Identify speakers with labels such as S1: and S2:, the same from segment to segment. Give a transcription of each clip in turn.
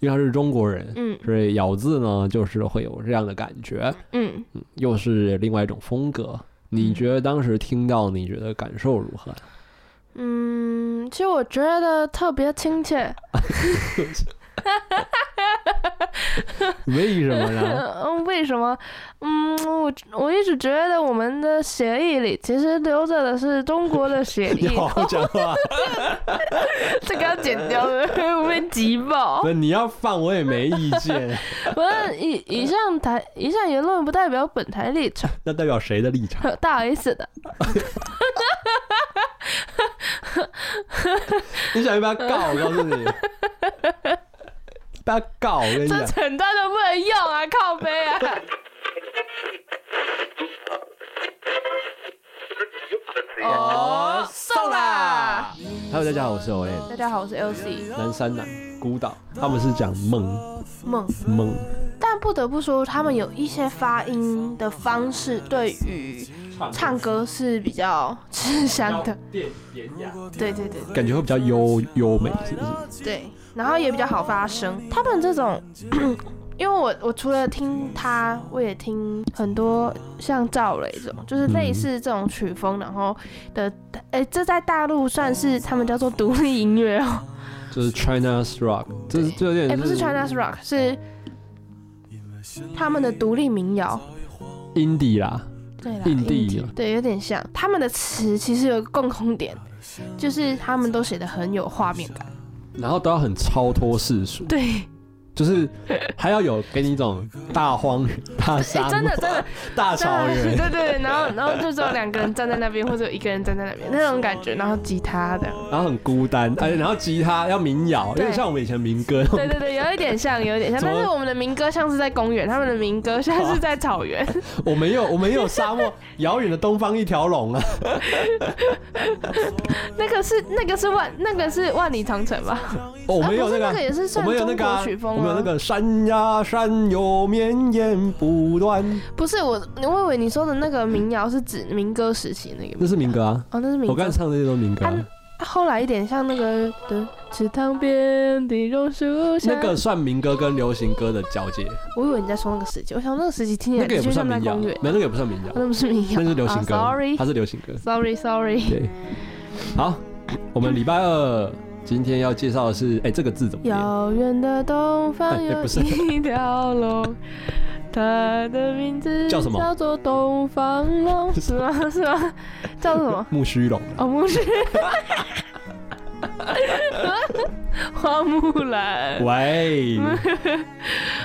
S1: 因为他是中国人，
S2: 嗯
S1: 所以咬字呢就是会有这样的感觉，
S2: 嗯，
S1: 嗯，又是另外一种风格。你觉得当时听到，你觉得感受如何？
S2: 嗯，其实我觉得特别亲切，
S1: 为什么呢？
S2: 嗯，为什么？嗯，我我一直觉得我们的协议里其实留着的是中国的协议
S1: 你，好好讲话，
S2: 这个要剪掉 的，会被挤爆。
S1: 不是你要放我也没意见，
S2: 不是以以上台以上言论不代表本台立场，
S1: 那代表谁的立场？
S2: 大 S 的。
S1: 你想要不要告？我告诉你，不要告！我跟你讲
S2: 这，诊断都不能用啊，靠背啊！ 哦，送啦！
S1: Hello，大家好，我是 o n
S2: 大家好，我是 LC
S1: 南山南孤岛，他们是讲梦
S2: 梦，
S1: 梦，
S2: 但不得不说，他们有一些发音的方式，对于唱歌是比较吃香 的。对对对
S1: 感觉会比较优优美，是不是？
S2: 对，然后也比较好发声。他们这种， 因为我我除了听他，我也听很多像赵雷这种，就是类似这种曲风，然后的，哎、这在大陆算是他们叫做独立音乐哦，
S1: 就是 China's Rock，这是这有
S2: 哎、
S1: 点
S2: 不是 China's Rock，是他们的独立民谣。
S1: indie 啦，
S2: 对啦，
S1: 印地
S2: 印地
S1: 啊
S2: 对，有点像。他们的词其实有一个共同点，就是他们都写的很有画面感。
S1: 然后都要很超脱世俗，
S2: 对，
S1: 就是还要有给你一种大荒 原、大
S2: 哎、
S1: 沙
S2: 真
S1: 漠
S2: 的、真的，
S1: 大
S2: 真
S1: 草
S2: 的
S1: 原，
S2: 对对，然后然后就只有两个人站在那边，或者有一个人站在那边那种感觉，然后吉他的，
S1: 然后很孤单，而且然后吉他要民谣，有点
S2: 对
S1: 像我们以前民歌，
S2: 对对对，有一点像，有一点像，
S1: 怎么
S2: 但是我们的民歌像是在公园，他们的民歌像是在草原，
S1: 我们有我们有沙 漠，遥远的东方一条龙啊，
S2: 那个是那个是万那个是万里长城吧？
S1: 哦我
S2: 啊
S1: 们有那
S2: 不是
S1: 个
S2: 那
S1: 啊
S2: 个。也是
S1: 我
S2: 算
S1: 们有
S2: 中
S1: 那个
S2: 国
S1: 啊、
S2: 曲风
S1: 我们有那
S2: 吗？
S1: 个山呀山有绵延不断，
S2: 不是我，我以为你说的那个民谣是指民歌时期那个
S1: 那
S2: 民，
S1: 是民歌啊。
S2: 哦，那是民
S1: 我
S2: 歌
S1: 刚才。唱的那都民歌啊、
S2: 啊后来一点像那个的池塘边的榕树下，
S1: 那个算民歌跟流行歌的交界，
S2: 我以为你在说那个时期，我想那个时期听起
S1: 那
S2: 来
S1: 个也
S2: 的
S1: 不
S2: 确
S1: 算
S2: 像在
S1: 民谣，
S2: 公园
S1: 没，有那个也不算民谣
S2: 啊，那不是民 谣，
S1: 那是流行歌，
S2: 啊 sorry
S1: 它是流行歌。
S2: Sorry Sorry，
S1: 对，好，我们礼拜二今天要介绍的是，哎、这个字怎么念？
S2: 遥远的东
S1: 哎
S2: 方
S1: 哎
S2: 有
S1: 不是
S2: 一条龙，它的名字
S1: 叫什么
S2: 叫做东方龙，是吗？ 是吗？叫 什么？
S1: 木须龙，啊
S2: 哦，木 须，花木兰。
S1: 喂，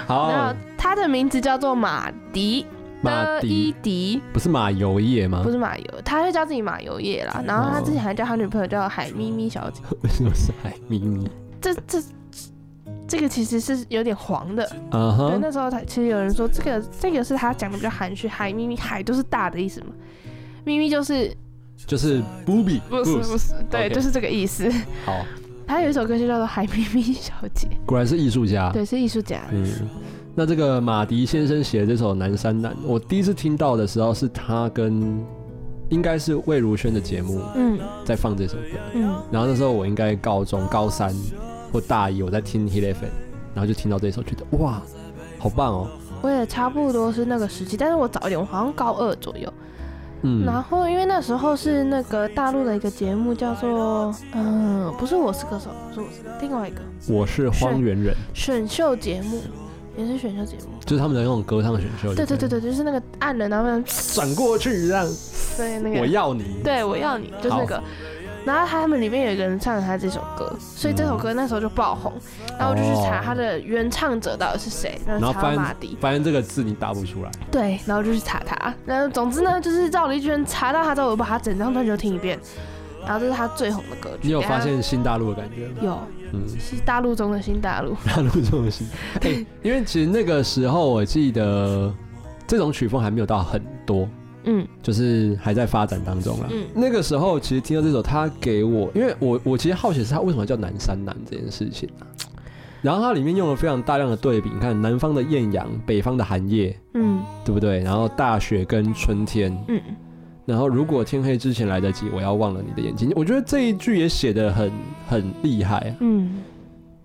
S1: 好哦
S2: 那，它的名字叫做马迪
S1: 马
S2: 的伊
S1: 迪
S2: 迪。
S1: 不是马油叶吗
S2: 不？是马油，他会叫自己马油叶啦。然后他之前还叫他女朋友叫海咪咪小姐。
S1: 为什么是海咪咪？
S2: 这这这个其实是有点黄的。
S1: 啊
S2: 对，
S1: 哈，
S2: 那时候他其实有人说这个这个是他讲的比较含蓄，海咪咪海都是大的意思嘛。咪咪就是
S1: 就是 booby，
S2: 不是不是，对
S1: OK
S2: 就是这个意思。
S1: 好，
S2: 他有一首歌就叫做《海咪咪小姐
S1: 果然是艺术家》，。
S2: 对，是艺术家。
S1: 嗯，那这个马迪先生写的这首《南山南》，我第一次听到的时候是他跟应该是魏如萱的节目
S2: 嗯
S1: 在放这首歌，
S2: 嗯，
S1: 然后那时候我应该高中高三或大一，我在听 h i l f 然后就听到这首，觉得哇，好棒哦，
S2: 我也差不多是那个时期，但是我早一点，我好像高二左右。
S1: 嗯，
S2: 然后因为那时候是那个大陆的一个节目，叫做嗯、不是我是歌手，不是我是歌手另外一个
S1: 我是荒原人，
S2: 选秀节目，也是选秀节目。
S1: 就是他们的那种歌唱选秀，
S2: 对对对
S1: 对，
S2: 对，就是那个按了，然后
S1: 转过去让
S2: 对那
S1: 我
S2: 个，
S1: 要你，
S2: 对我要你，就是那个。然后他们里面有一个人唱了他这首歌，所以这首歌那时候就爆红。
S1: 嗯
S2: 然后我就去查他的原唱者到底是谁，然
S1: 哦然
S2: 后
S1: 后
S2: 查
S1: 翻
S2: 到马迪，
S1: 反正这个字你打不出来，
S2: 对，然后就去查他。然后总之呢，就是绕了一圈，查到他之后，我把他整张专辑都听一遍。然后这是他最红的歌曲。
S1: 你有
S2: 等一下
S1: 发现新大陆的感觉吗？
S2: 有，
S1: 嗯。
S2: 是大陆中的新大陆。
S1: 大陆中 心。哎，因为其实那个时候我记得这种曲风还没有到很多，
S2: 嗯
S1: 就是还在发展当中啦。
S2: 嗯
S1: 那个时候其实听到这首，他给我，因为我我其实好奇是他为什么叫南山南这件事情啊。然后它里面用了非常大量的对比，你看南方的艳阳，北方的寒夜，
S2: 嗯
S1: 对不对？然后大雪跟春天，
S2: 嗯，
S1: 然后如果天黑之前来得及，我要忘了你的眼睛。我觉得这一句也写得很很厉害啊。
S2: 嗯，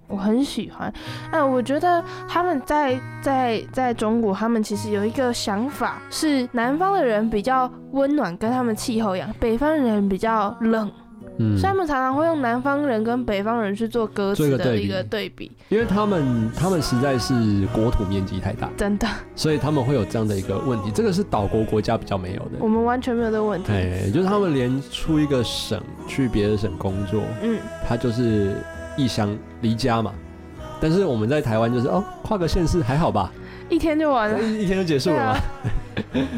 S2: 我很喜欢。哎，我觉得他们在在在中国，他们其实有一个想法是，南方的人比较温暖，跟他们气候一样；北方人比较冷，
S1: 嗯
S2: 所以，他们常常会用南方人跟北方人去做歌
S1: 做一
S2: 词
S1: 个
S2: 的
S1: 对
S2: 一
S1: 比
S2: 个对比，
S1: 因为他们他们实在是国土面积太大，
S2: 真的，
S1: 所以他们会有这样的一个问题，这个是岛国国家比较没有的
S2: 我。们完全没有这个问题。
S1: 哎，就是他们连出一个省去别的省工作，
S2: 嗯，
S1: 他就是异乡离家嘛。但是我们在台湾就是哦，跨个县市还好吧，
S2: 一天就完了。
S1: 一一天就结束了嘛。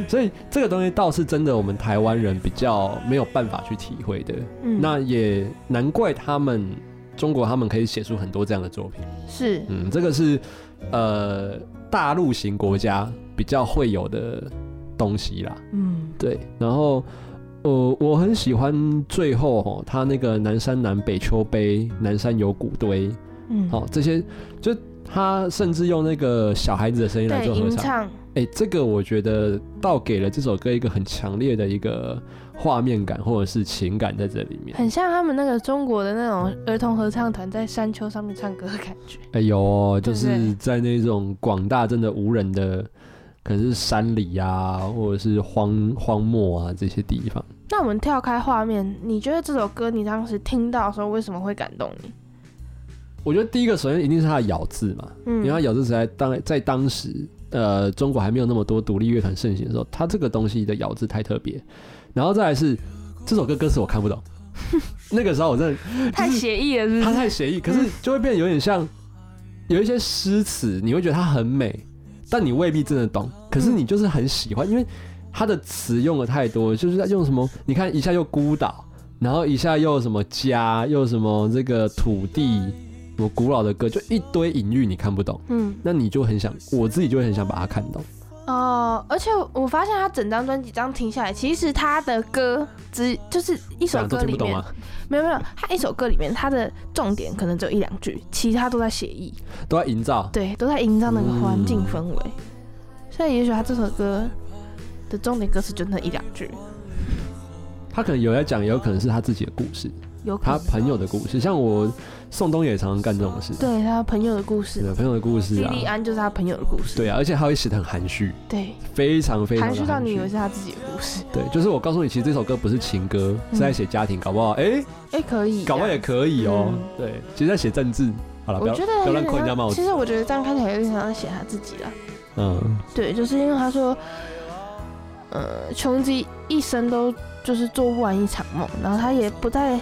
S1: 所以这个东西倒是真的，我们台湾人比较没有办法去体会的。
S2: 嗯，
S1: 那也难怪他们中国他们可以写出很多这样的作品。
S2: 是
S1: 嗯，这个是呃大陆型国家比较会有的东西啦。
S2: 嗯
S1: 对，然后呃我很喜欢最后哦，他那个南山南北丘碑，南山有古堆，
S2: 嗯，
S1: 哦这些就他甚至用那个小孩子的声音来
S2: 对，
S1: 做合
S2: 吟
S1: 唱。
S2: 唱，
S1: 哎、这个我觉得倒给了这首歌一个很强烈的一个画面感或者是情感在这里面。
S2: 很像他们那个中国的
S1: 嗯
S2: 那种儿童合唱团在山丘上面唱歌的感觉。
S1: 哎、有哦，
S2: 对
S1: 就
S2: 不对
S1: 是在那种广大真的无人的，可能是山里啊，或者是荒荒漠啊这些地方。
S2: 那我们跳开画面，你觉得这首歌你当时听到的时候为什么会感动你？
S1: 我觉得第一个首先一定是它的咬字嘛，因为它
S2: 嗯，
S1: 咬字实在当在当时呃中国还没有那么多独立乐团盛行的时候，它这个东西的咬字太特别。然后再来是这首歌歌词我看不懂， 那个时候我真的
S2: 太写意了，是不
S1: 它
S2: 是？
S1: 太写意，可是就会变得有点像有一些诗词，你会觉得它很美，但你未必真的懂。可是你就是很喜欢，因为它的词用的太多，就是在用什么，你看一下又孤岛，然后一下又什么家，又什么这个土地，什么古老的歌，就一堆隐喻你看不懂，
S2: 嗯
S1: 那你就很想，我自己就会很想把它看懂。
S2: 哦、而且我发现他整张专辑这样听下来，其实他的歌只就是一
S1: 这
S2: 首
S1: 样都
S2: 歌
S1: 听
S2: 里
S1: 不懂
S2: 面，
S1: 啊，
S2: 没有没有，他一首歌里面他的重点可能只有一两句，其他都在写意。
S1: 都要营造。
S2: 对，都在营造那个环境氛围。
S1: 嗯
S2: 所以也许他这首歌的重点歌词就那一两句，
S1: 他可能有在讲，也有可能是他自己的故事，
S2: 有可
S1: 他
S2: 能
S1: 朋友的故事。像我宋冬野常常干这种事。
S2: 对他朋友的故事，
S1: 对，朋友的故事
S2: 莉
S1: 啊，
S2: 莉安就是他朋友的故事，
S1: 对啊，而且他会写的很含蓄，
S2: 对
S1: 非常非常
S2: 含
S1: 地
S2: 蓄到你以为是他自己的故事，
S1: 对，就是我告诉你，其实这首歌不是情歌，
S2: 嗯
S1: 是在写家庭，搞不好哎、
S2: 哎、可以，
S1: 搞不好也。可以哦、
S2: 嗯
S1: 对，其实在写政治，好了，不
S2: 我
S1: 要
S2: 觉
S1: 不
S2: 得
S1: 要
S2: 有
S1: 乱扣人
S2: 点
S1: 家帽子，
S2: 像，其实我觉得这样看起来有点像在写他自己了。
S1: 嗯，
S2: 对，就是因为他说，呃，琼基一生都就是做不完一场梦，然后他也不再，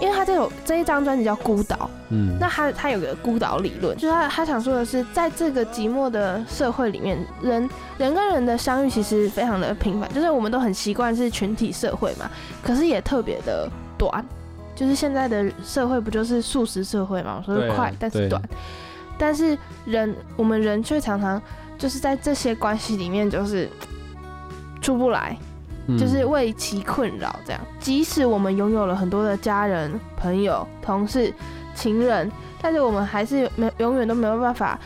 S2: 因为他这首这一张专辑叫《孤岛》，
S1: 嗯，
S2: 那他他有个孤岛理论，就是他他想说的是，在这个寂寞的社会里面，人人跟人的相遇其实非常的频繁，就是我们都很习惯是群体社会嘛，可是也特别的短。就是现在的社会不就是速食社会嘛？我说
S1: 对啊
S2: 是快，但是
S1: 对
S2: 短，但是人我们人却常常就是在这些关系里面就是出不来，
S1: 嗯
S2: 就是为其困扰这样。即使我们拥有了很多的家人、朋友、同事、情人，但是我们还是没永远都没有办法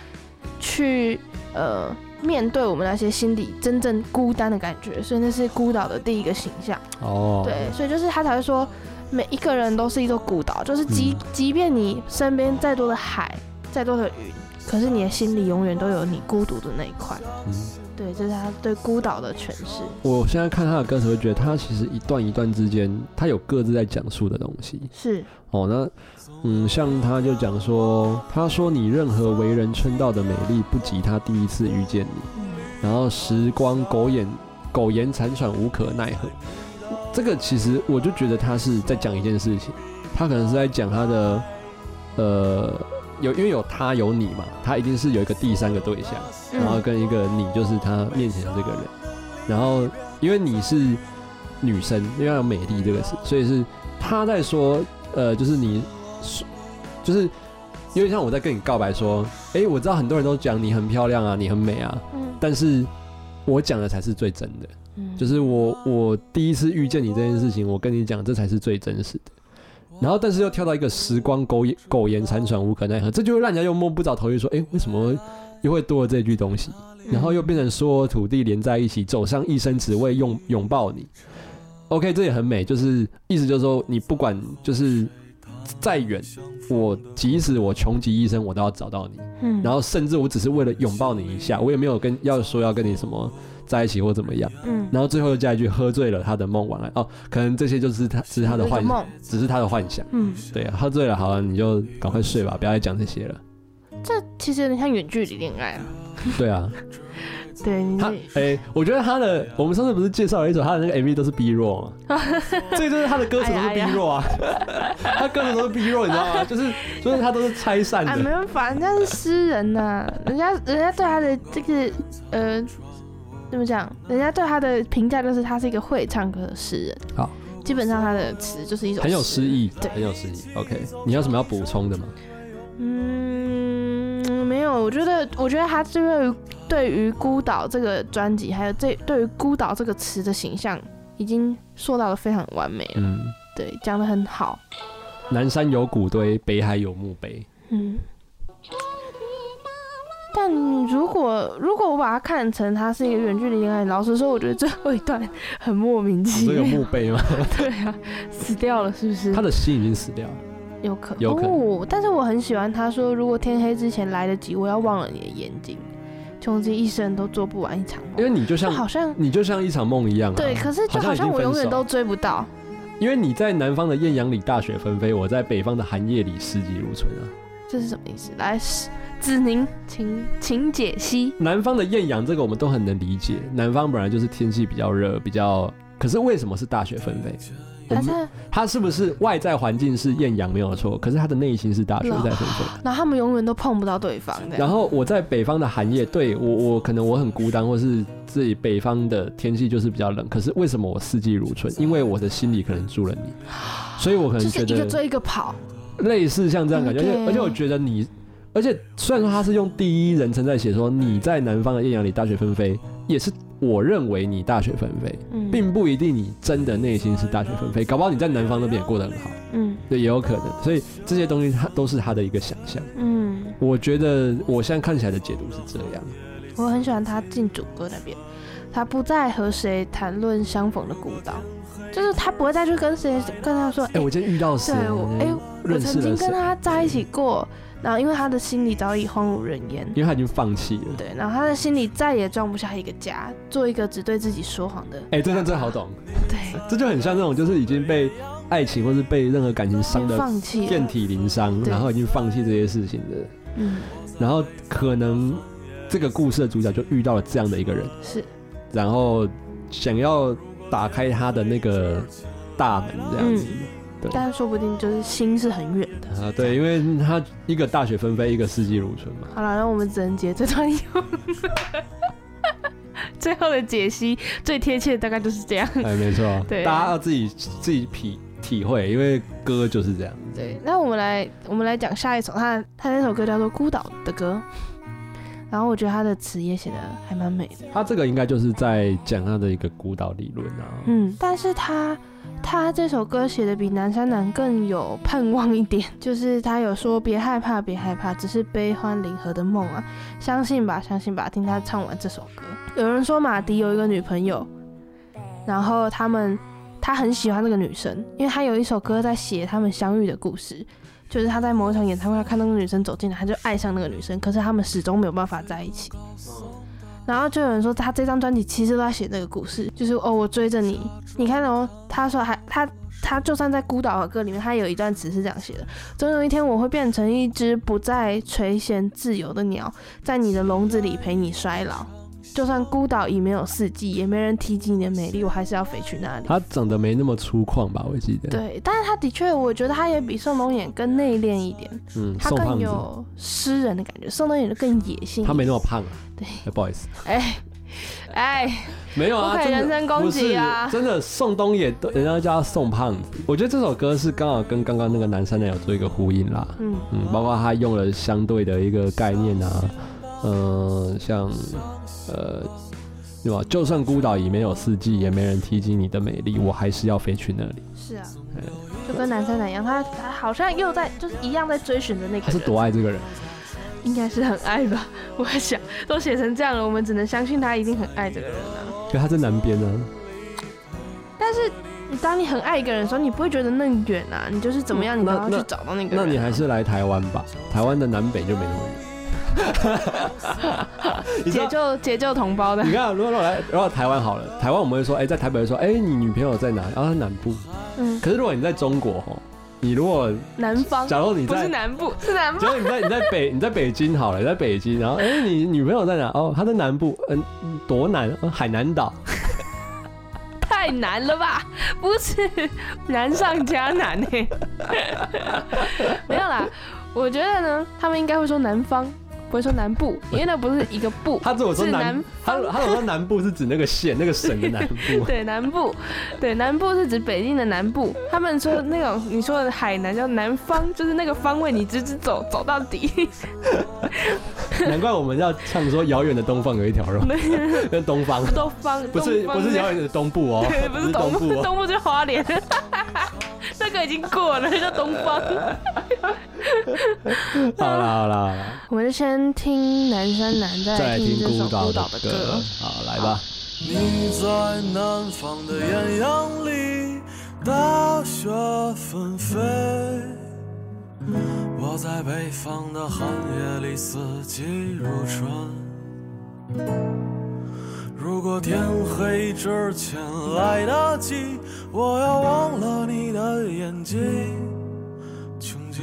S2: 去呃面对我们那些心里真正孤单的感觉，所以那是孤岛的第一个形象。
S1: 哦，
S2: 对，所以就是他才会说，每一个人都是一座孤岛，就是即、
S1: 嗯
S2: 即便你身边再多的海、再多的云，可是你的心里永远都有你孤独的那一块。
S1: 嗯
S2: 对，这是他对孤岛的诠释。
S1: 我现在看他的歌词，会觉得他其实一段一段之间，他有各自在讲述的东西
S2: 是，
S1: 哦。那嗯，像他就讲说，他说你任何为人称道的美丽，不及他第一次遇见你。
S2: 嗯。
S1: 然后时光苟延苟延残喘，无可奈何。这个其实我就觉得他是在讲一件事情，他可能是在讲他的呃有因为有他有你嘛，他一定是有一个第三个对象，然后
S2: 嗯
S1: 跟一个你就是他面前的这个人，然后因为你是女生，因为要有美丽这个词，所以是他在说呃就是你就是有点像我在跟你告白说，诶，我知道很多人都讲你很漂亮啊，你很美啊，
S2: 嗯
S1: 但是我讲的才是最真的，
S2: 嗯
S1: 就是我我第一次遇见你这件事情，我跟你讲，这才是最真实的。然后，但是又跳到一个时光苟延苟延残喘，无可奈何，这就会让人家又摸不着头绪，说，哎，为什么又会多了这句东西？
S2: 嗯
S1: 然后又变成所有土地连在一起，走上一生只为拥拥抱你。OK，这也很美，就是意思就是说，你不管就是再远，我即使我穷极一生，我都要找到你。
S2: 嗯，
S1: 然后甚至我只是为了拥抱你一下，我也没有跟要说要跟你什么在一起或怎么样。
S2: 嗯，
S1: 然后最后又加一句喝醉了他的梦晚安哦，可能这些就是他只是他的
S2: 有一个
S1: 幻想，
S2: 梦，
S1: 只是他的幻想。
S2: 嗯，
S1: 对啊，喝醉了好了，你就赶快睡吧，不要再讲这些了。
S2: 这其实有点像远距离恋爱啊。
S1: 对啊，
S2: 对，你
S1: 他
S2: 是
S1: 哎、我觉得他的我们上次不是介绍了一首他的那个 MV 都是 B roll 吗？这就是他的歌词都是
S2: 哎
S1: B
S2: 呀哎呀
S1: roll 啊，他歌词都是 B roll，你知道吗？就是就是他都是拆散
S2: 啊，没
S1: 的。
S2: 办法，人家是诗人呐、 人家人家对他的这个呃，怎么讲？人家对他的评价就是他是一个会唱歌的诗人。
S1: 好，
S2: 基本上他的词就是一种
S1: 很有诗。意，
S2: 对
S1: 很有诗意。OK，你有什么要补充的吗？
S2: 嗯，没有，我觉得我觉得他对于对于孤岛这个专辑，还有这对于孤岛这个词的形象，已经塑造的非常完美了。
S1: 嗯，
S2: 对，讲的很好。
S1: 南山有古堆，北海有墓碑。
S2: 嗯，但如果如果我把它看成它是一个远距离恋爱，老实说，我觉得最后一段很莫名其
S1: 哦这个
S2: 妙。
S1: 墓碑 吗？
S2: 对啊，死掉了是不是
S1: 他？的心已经死掉了。
S2: 有可
S1: 有可能
S2: 哦，但是我很喜欢他说，如果天黑之前来得及，我要忘了你的眼睛，穷极一生都做不完一场
S1: 因
S2: 梦。
S1: 为你就
S2: 就
S1: 像
S2: 好像
S1: 你就像一场梦一样、啊。
S2: 对，可是就好
S1: 好像
S2: 像
S1: 已经
S2: 我
S1: 分
S2: 永远
S1: 手
S2: 都追不到。
S1: 因为你在南方的艳阳里大雪纷飞，我在北方的寒夜里四季如春啊。
S2: 这是什么意思？来，子宁，请请解析。
S1: 南方的艳阳这个我们都很能理解，南方本来就是天气比较热，比较。可是为什么是大雪纷飞？我
S2: 他
S1: 们
S2: 在，
S1: 它是不是外在环境是艳阳没有错，可是它的内心是大雪在纷飞？
S2: 然后他们永远都碰不到对方。这样
S1: 然后我在北方的寒夜，对我我可能我很孤单，或是自己北方的天气就是比较冷。可是为什么我四季如春？因为我的心里可能住了你，所以我可能
S2: 就是
S1: 觉
S2: 一个
S1: 得
S2: 追一个跑，
S1: 类似像这样感觉。而且
S2: OK
S1: 而且我觉得你，而且虽然说他是用第一人称在写说你在南方的艳阳里大雪纷飞，也是我认为你大雪纷飞，
S2: 嗯，
S1: 并不一定你真的内心是大雪纷飞，搞不好你在南方那边也过得很好，
S2: 嗯
S1: 对，也有可能。所以这些东西它都是他的一个想象。
S2: 嗯，
S1: 我觉得我现在看起来的解读是这样。
S2: 我很喜欢他进主歌那边，他不再和谁谈论相逢的孤岛，就是他不会再去跟谁跟他说，
S1: 哎、
S2: 哎、
S1: 我今天遇到谁？
S2: 对我，哎、我
S1: 嗯认识
S2: 曾
S1: 了
S2: 经跟
S1: 谁？
S2: 他在一起过，然后因为他的心里早已荒无人烟，
S1: 因为他已经放弃了。
S2: 对，然后他的心里再也装不下一个家，做一个只对自己说谎的，
S1: 哎、这段真好懂，
S2: 对，
S1: 这就很像那种就是已经被爱情或是被任何感情伤的
S2: 放弃了，
S1: 遍体鳞伤，
S2: 对
S1: 然后已经放弃这些事情的，
S2: 嗯，
S1: 然后可能这个故事的主角就遇到了这样的一个人，
S2: 是，
S1: 然后想要打开他的那个大门这
S2: 嗯
S1: 样子。
S2: 但说不定就是心是很远的。
S1: 啊，对，因为他一个大雪纷飞，一个四季如春 嘛。
S2: 好了，那我们只能截这段用。最后的解析最贴切，大概就是这样。
S1: 哎，没错，
S2: 对啊
S1: 大家要自己自己体体会，因为歌就是这样。
S2: 对，那我们来我们来讲下一首，他他那首歌叫做《孤岛的歌》，然后我觉得他的词也写的还蛮美的，
S1: 他这个应该就是在讲他的一个孤岛理论啊。
S2: 嗯，但是他他这首歌写的比《南山南》更有盼望一点， 就是他有说别害怕，别害怕，只是悲欢离合的梦啊，相信吧，相信吧，听他唱完这首歌。有人说马迪有一个女朋友，然后他们他很喜欢那个女生，因为他有一首歌在写他们相遇的故事，就是他在某一场演唱会他看到那个女生走进来，他就爱上那个女生，可是他们始终没有办法在一起。然后就有人说，他这张专辑其实都在写这个故事，就是哦，我追着你，你看哦，他说还他他就算在孤岛的歌里面，他有一段词是这样写的：总有一天我会变成一只不再垂涎自由的鸟，在你的笼子里陪你衰老。就算孤岛已没有四季，也没人提及你的美丽，我还是要飞去 那里。
S1: 他长得没那么粗犷吧？我记得。，
S2: 对，但是他的确，我觉得他也比宋冬野更内敛一点，
S1: 嗯，
S2: 他
S1: 宋
S2: 更
S1: 胖子，
S2: 有诗人的感觉，宋冬野就更野性一点。
S1: 他没那么胖啊。
S2: 对
S1: 哎，不好意思，
S2: 哎哎，
S1: 没有
S2: 不
S1: 啊，
S2: 可
S1: 真
S2: 以人
S1: 的。
S2: 身
S1: 不
S2: 攻
S1: 是
S2: 击啊！
S1: 真的，宋冬野都人家叫他宋胖子。我觉得这首歌是刚好跟刚刚那个南山的有做一个呼应啦。
S2: 嗯，
S1: 嗯，包括他用了相对的一个概念啊，呃，像呃，对吧？就算孤岛已没有四季，也没人提及你的美丽，我还是要飞去那里。
S2: 是啊
S1: 哎，
S2: 就跟南山南一样，他他好像又在就是一样在追寻着那
S1: 他
S2: 个
S1: 是
S2: 人，
S1: 多爱这个人，
S2: 应该是很爱吧？ 我想都写成这样了，我
S1: 嗯
S2: 们只能相信他一定很爱这个人啊。
S1: 可他在南边呢、
S2: 但是你当你很爱一个人的时候，你不会觉得那远啊，你就是怎么样，你都
S1: 那
S2: 要
S1: 那
S2: 去找到那个人啊。
S1: 那你还是来台湾吧，台湾的南北就没那 么远。 你知
S2: 解
S1: 道
S2: 救解救同胞的
S1: 你，看，如果来，如果台湾好了，台湾我们会说，哎、在台北会说，哎、你女朋友在哪？然、后她南部。
S2: 嗯，
S1: 可是如果你在中国哦，你如果
S2: 南方
S1: 假如你
S2: 不
S1: 在
S2: 是南部，是南
S1: 结
S2: 方。
S1: 果你在你在北你在北京好了，你在北京，然后哎、你女朋友在哪？哦，她在南部，嗯，多南，呃海南岛。
S2: 太难了吧？不是，难上加难欸呢、 没有啦，我觉得呢，他们应该会说南方，不会说南部，因为那不是一个 部，
S1: 她如果说
S2: 是
S1: 南
S2: 南，。
S1: 她她如果说南部是指那个县那个省的南部
S2: 对南部，对南部是指北京的南部。他们说那种你说的海南叫南方，就是那个方位，你直直走走到 底。
S1: 难怪我们要唱说遥远的东方有一条肉，跟东方
S2: 东方
S1: 不是
S2: 东方
S1: 不是遥远的东部哦
S2: 对，，不是
S1: 东
S2: 东部，啊
S1: 哦。
S2: 东部就是花莲， 那个已经过了，叫东方。
S1: 好啦好啦，好啦
S2: 我们就先听南山南，
S1: 再来
S2: 再
S1: 听
S2: 听这首
S1: 孤岛
S2: 孤
S1: 的
S2: 岛的
S1: 歌
S2: 歌。，
S1: 好来吧。
S3: 你在南方的艳阳里，大雪纷飞；我在北方的寒夜里，四季如春。如果天黑之前来得及，我要忘了你的眼睛，穷极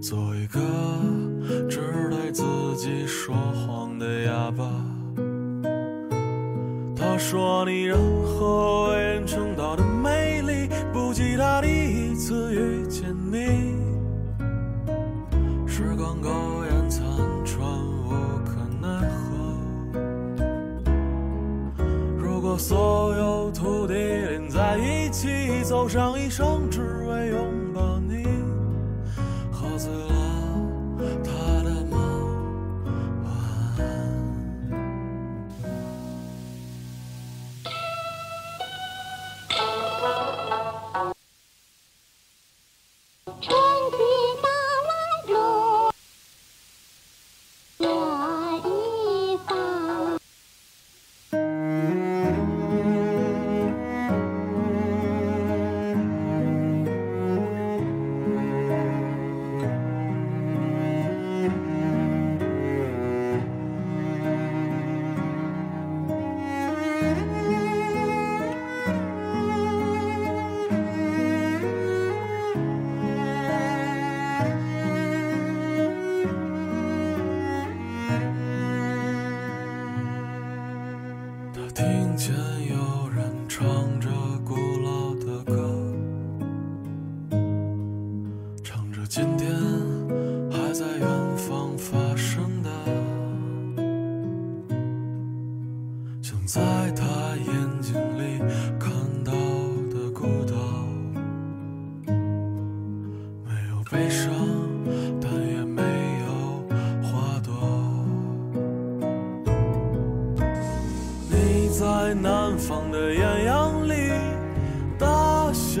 S3: 做一个只对自己说谎的哑巴。他说你任何为人称道的美丽，不及他第一次遇见你。时光苟延残喘，无可奈何。如果所有土地连在一起，走上一生只为拥抱你。喝醉了，他的梦，晚安。
S4: 春去到来落落一方。
S3: 他听见有人唱着古老的歌，唱着今天还在远方发生的，想在他眼睛里看到的孤岛，没有悲伤，但也没有花朵。你在南方的艳阳里，大雪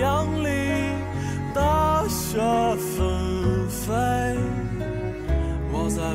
S3: 阳里，大雪纷飞；我在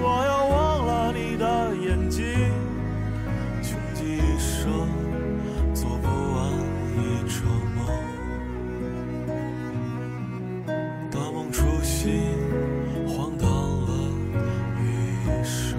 S3: 我要忘了你的眼睛，穷极一生做不完一场梦。大梦初醒，荒唐了一生。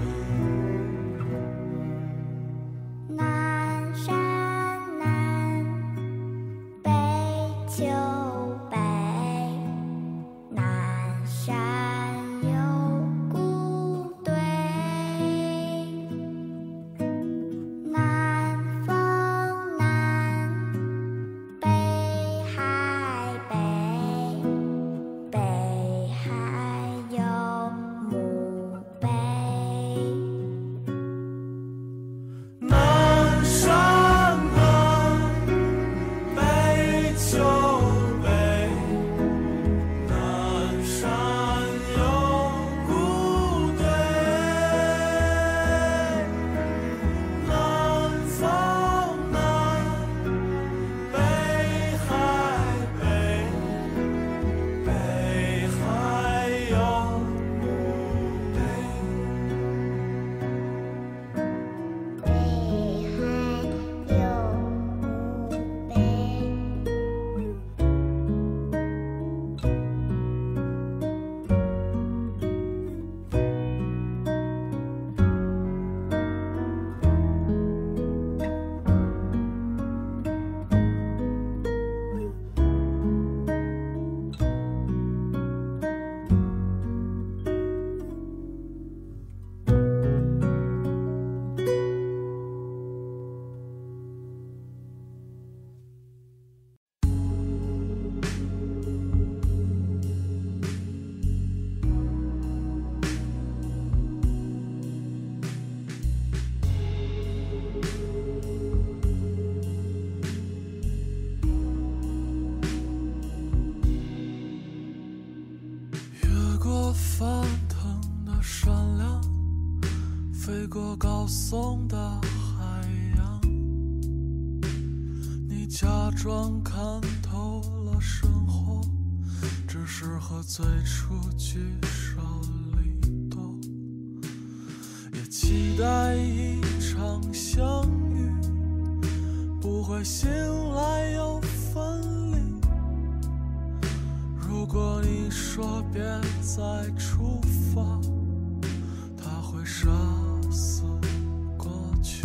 S3: 过翻腾的山梁，飞过高耸的海洋。你假装看透了生活，只是和最初聚少离多。也期待一场相遇，不会醒来又分离。如果你说别再出发，他会杀死过去。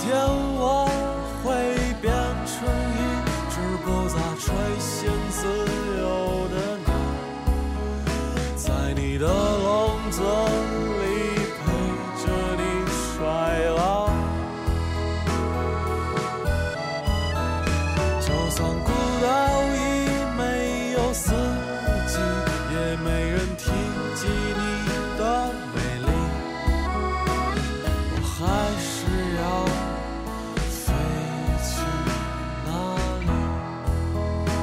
S3: 天我会变成一只不再垂涎自由的鸟，在你的笼子里陪着你衰老。就算孤岛已没有四季，也没人提及你的美丽。我还是要飞去哪里？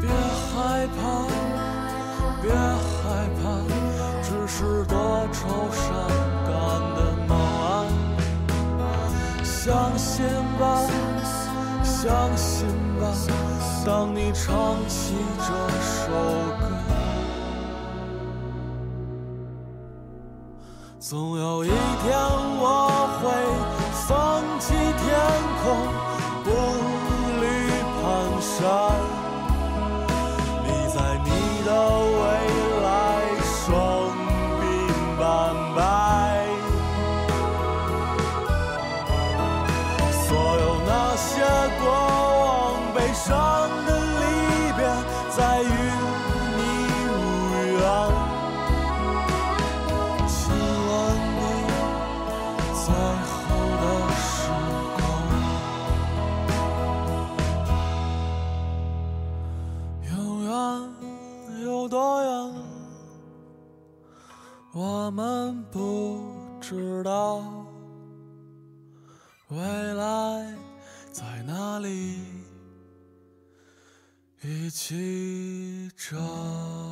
S3: 别害怕，别害怕，只是多愁善感的梦啊！相信吧，相信吧，当你唱起这首歌，总有一天我会放弃天空，步履蹒跚。你在你的未来双鬓斑白，所有那些过往悲伤的离别，再与你无缘。亲吻你最后的时光。永远有多远，我们不知道。未来在哪里？一起找。